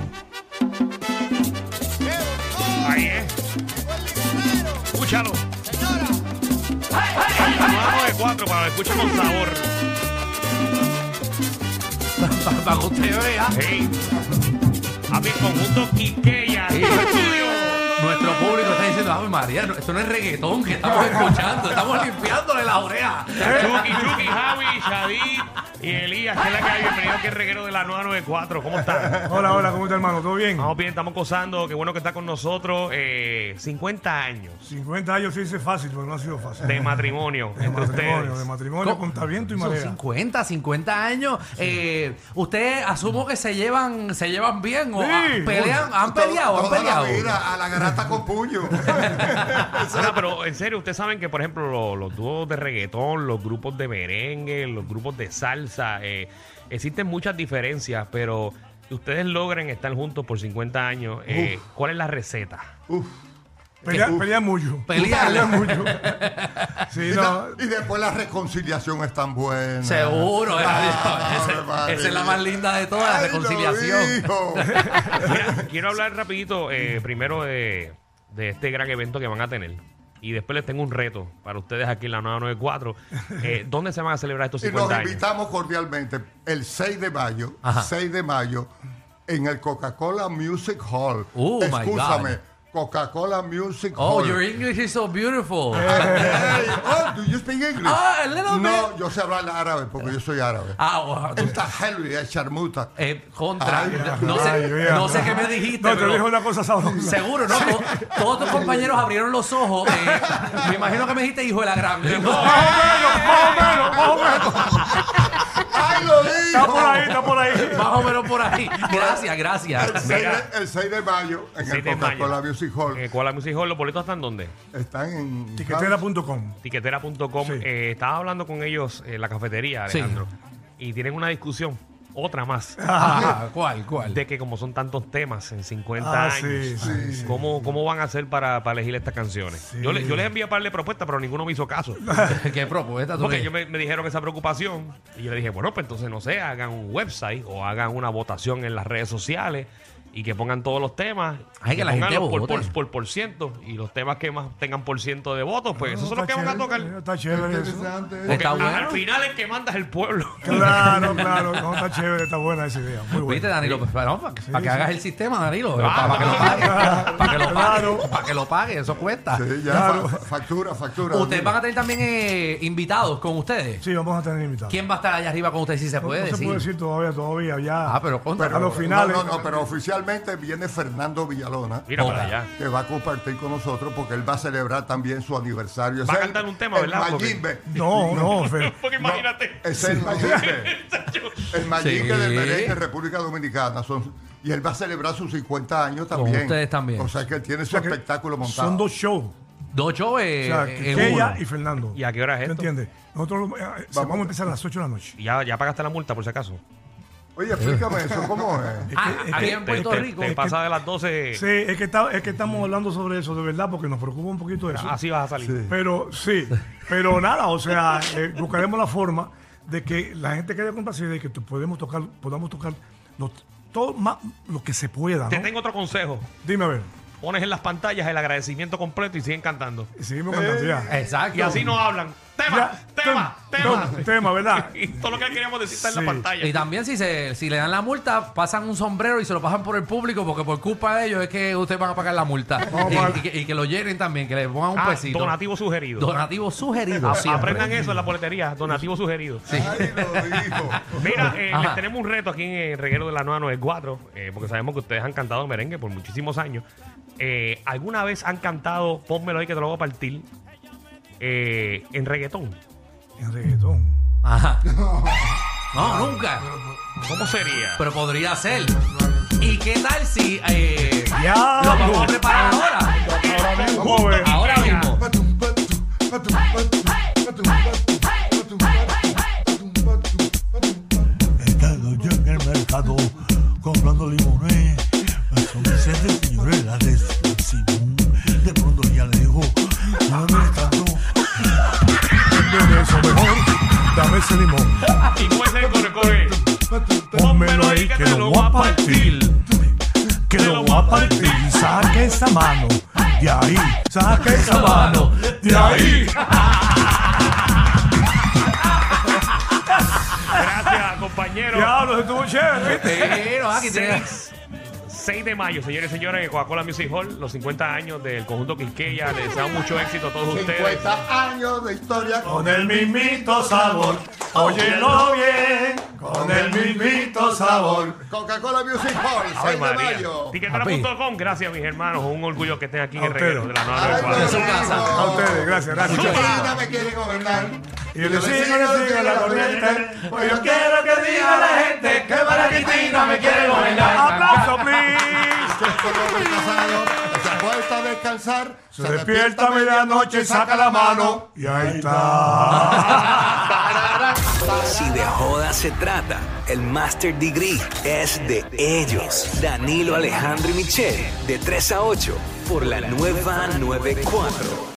eh, 4 para que escuchen con sabor. Para que usted vea Sí. Papi, conjunto Quiqueya. Sí. Nuestro público está diciendo, Ave María, no, esto no es reggaetón que estamos escuchando, estamos limpiándole la oreja. Chucky, Chucky, Javi, Shadid y Elías, que es la que hay. Bienvenido aquí, el reguero de la 994. ¿Cómo están? Hola, hola, ¿cómo está, hermano? ¿Todo bien? Estamos bien, estamos gozando. Qué bueno que está con nosotros. Eh, 50 años 50 años se dice fácil, pero no ha sido fácil. de matrimonio De entre matrimonio, de ustedes. matrimonio, ¿Cómo? con tabiento y Son marea. 50, 50 años. Eh, Ustedes asumo que se llevan, se llevan bien o Sí. ah, pelean, han peleado, han Toda la peleado. vida, a la garata con puño. Ahora, pero en serio, ustedes saben que, por ejemplo, lo- los, dúos de reggaetón, los grupos de merengue, los grupos de salsa, eh, existen muchas diferencias, pero que ustedes logren estar juntos por 50 años, eh, ¿cuál es la receta? Uf. Pelea, Uf. pelea mucho. Pelear. Pelea mucho. Sí, Y, no. la- y después la reconciliación es tan buena. Seguro, eh, Ah, esa- esa, María. es la más linda de todas, la Ay, lo reconciliación. dijo. Mira, quiero hablar rapidito eh, primero de, de este gran evento que van a tener. Y después les tengo un reto para ustedes aquí en la 994. Eh, ¿Dónde se van a celebrar estos y nos 50 años? invitamos cordialmente el 6 de mayo, Ajá. 6 de mayo, en el Coca-Cola Music Hall. Oh, my Excúsame, Coca-Cola Music Oh, Hall. your English is so beautiful. Eh. Hey, oh, do you speak English? Ah, a little no, yo sé hablar árabe porque yo soy árabe. Ah, wow, tú- Está Henry, es charmuta. eh, contra. Ay, no sé, Ay, mira. no sé qué me dijiste. No, te pero- dijo una cosa sabrosa. Seguro, ¿no? To- Todos tus compañeros abrieron los ojos. eh, me imagino que me dijiste hijo de la gran. Más o menos, más o menos, más o menos. ¡Ay, lo dijo! Está por ahí, está por ahí. Más o menos por ahí. Gracias, El gracias. 6, Mira. de, el 6 de mayo en 6 el de Coca-Cola mayo. Music Hall Eh, ¿Cuál es la music hall? ¿Los boletos están dónde? están en Tiquetera.com. Tiquetera.com. Sí. Eh, estaba hablando con ellos en la cafetería, Sí. Alejandro. Y tienen una discusión, otra más, Ah, ¿Cuál, cuál? de que como son tantos temas en 50 Ah, años, sí, sí, sí. ¿cómo, ¿cómo van a hacer para, para elegir estas canciones? Sí. Yo, le- yo les envié un par de propuestas, pero ninguno me hizo caso. ¿Qué propuesta tú Porque qué? ellos me, me dijeron esa preocupación y yo le dije, bueno, pues entonces no sé, hagan un website o hagan una votación en las redes sociales y que pongan todos los temas. Ay, y que la gente pónganlos por, vote. por, por, por ciento y los temas que más tengan por ciento de votos, pues esos son los Está que van a chévere, tocar. Está chévere eso. Interesante. Está Porque Al bueno. final es que manda es el pueblo. Claro, claro. No, está chévere, está buena esa idea. Muy Viste, buena. Danilo, pues, para, para que, para que sí. hagas el sistema, Danilo. Ah. Para, que lo pague. Para que lo pague. Claro. Para que lo pague, eso cuesta. Sí, ya, Claro. fa- factura, factura. Ustedes van a tener también eh, invitados con ustedes. Sí, vamos a tener invitados. ¿Quién va a estar allá arriba con ustedes si se No, puede no se decir? puede decir todavía, todavía, ya. Ah, pero contra. a los finales. No, no, no, pero oficialmente viene Fernando Villalona, Mira para Hola. allá. que va a compartir con nosotros porque él va a celebrar también su aniversario. Va a Es el- cantar un tema, el ¿verdad? Porque- Mayimbe. No, no, pero- Porque imagínate. Es el Mayimbe. el Mayimbe Sí. del merengue República Dominicana. Son, y él va a celebrar sus 50 años también. ustedes también. O sea que él tiene su sea que espectáculo montado. Son dos shows. Dos shows eh, O sea, en ella uno. y Fernando. ¿Y a qué hora es ¿Tú esto? entiendes? Nosotros eh, vamos, a empezar a las 8 de la noche. Ya, ya pagaste la multa, por si acaso. Oye, explícame eso, ¿cómo es? Ah, Es que- es aquí que- en Puerto te, te- Rico. Te, pasa de las 12. Sí, es que, está- es que estamos hablando sobre eso, de verdad, porque nos preocupa un poquito eso. Así vas a salir. Pero sí, pero nada, o sea, eh, buscaremos la forma de que la gente quede complacida y que tú- podemos tocar, podamos tocar los- todo más, lo que se pueda. ¿no? Te tengo otro consejo. Dime a ver, Pones en las pantallas el agradecimiento completo y siguen cantando. y seguimos cantando ya. Exacto. Y así no hablan. eh, Tema, Ya, tema, tem- tema. no, tema, ¿verdad? y todo lo que queríamos decir está en Sí. la pantalla. Y también si se, si le dan la multa, pasan un sombrero y se lo pasan por el público, porque por culpa de ellos es que ustedes van a pagar la multa. Vamos y, a- y que, y que lo llenen también, que le pongan un Ah, pesito. donativo sugerido. Donativo sugerido. A- siempre. Aprendan eso en la boletería. Donativo sugerido. Ay, lo dijo. Mira, eh, Ajá. les tenemos un reto aquí en el reguero de la 994, eh, porque sabemos que ustedes han cantado merengue por muchísimos años. Eh, ¿Alguna vez han cantado Pónmelo ahí que te lo voy a partir eh, en reggaetón? En reggaetón. Ajá. No, nunca. ¿Cómo sería? Pero podría ser. ¿Y qué tal si eh, Ya, lo vamos a preparar ahora? Vamos a ver. Ahora mismo. He estado yo en el mercado comprando limones. Son Vicente Piñuela de Simón. De pronto ya le digo, no me tanto. Dame eso mejor, dame ese limón. ¿Y cómo es el corre-corre? Pónmelo ahí que lo voy a partir. Que lo voy a partir. Saque esa mano de ahí. Saque esa mano de ahí. compañeros. Diablo, estuvo chévere. ¿viste? Pero, ah, que tiene- 6, de mayo, señores y señores, en Coca-Cola Music Hall, los 50 años del conjunto Quisqueya. Les deseamos mucho éxito a todos ustedes. 50 años de historia con Con el mismito sabor, óyelo bien. Con el mismito sabor. Coca-Cola Music Hall, 6 Ave de María. mayo. Tiquetera.com, gracias mis hermanos, un orgullo que estén aquí en el A ustedes. regreso de la Ay, 9 su casa. A ustedes, gracias, gracias. Mi vecina me quiere gobernar. Y le sigo, le sigo la corriente. Pues yo quiero que diga la gente que Barranquitina me quiere gobernar. ¡Aplauso, please! Se vuelta a descansar. Se despierta a medianoche y saca la mano. Y ahí está. Si de joda se trata, el Master Degree es de ellos. Danilo Alejandro y Michelle, de 3 a 8, por la nueva 94.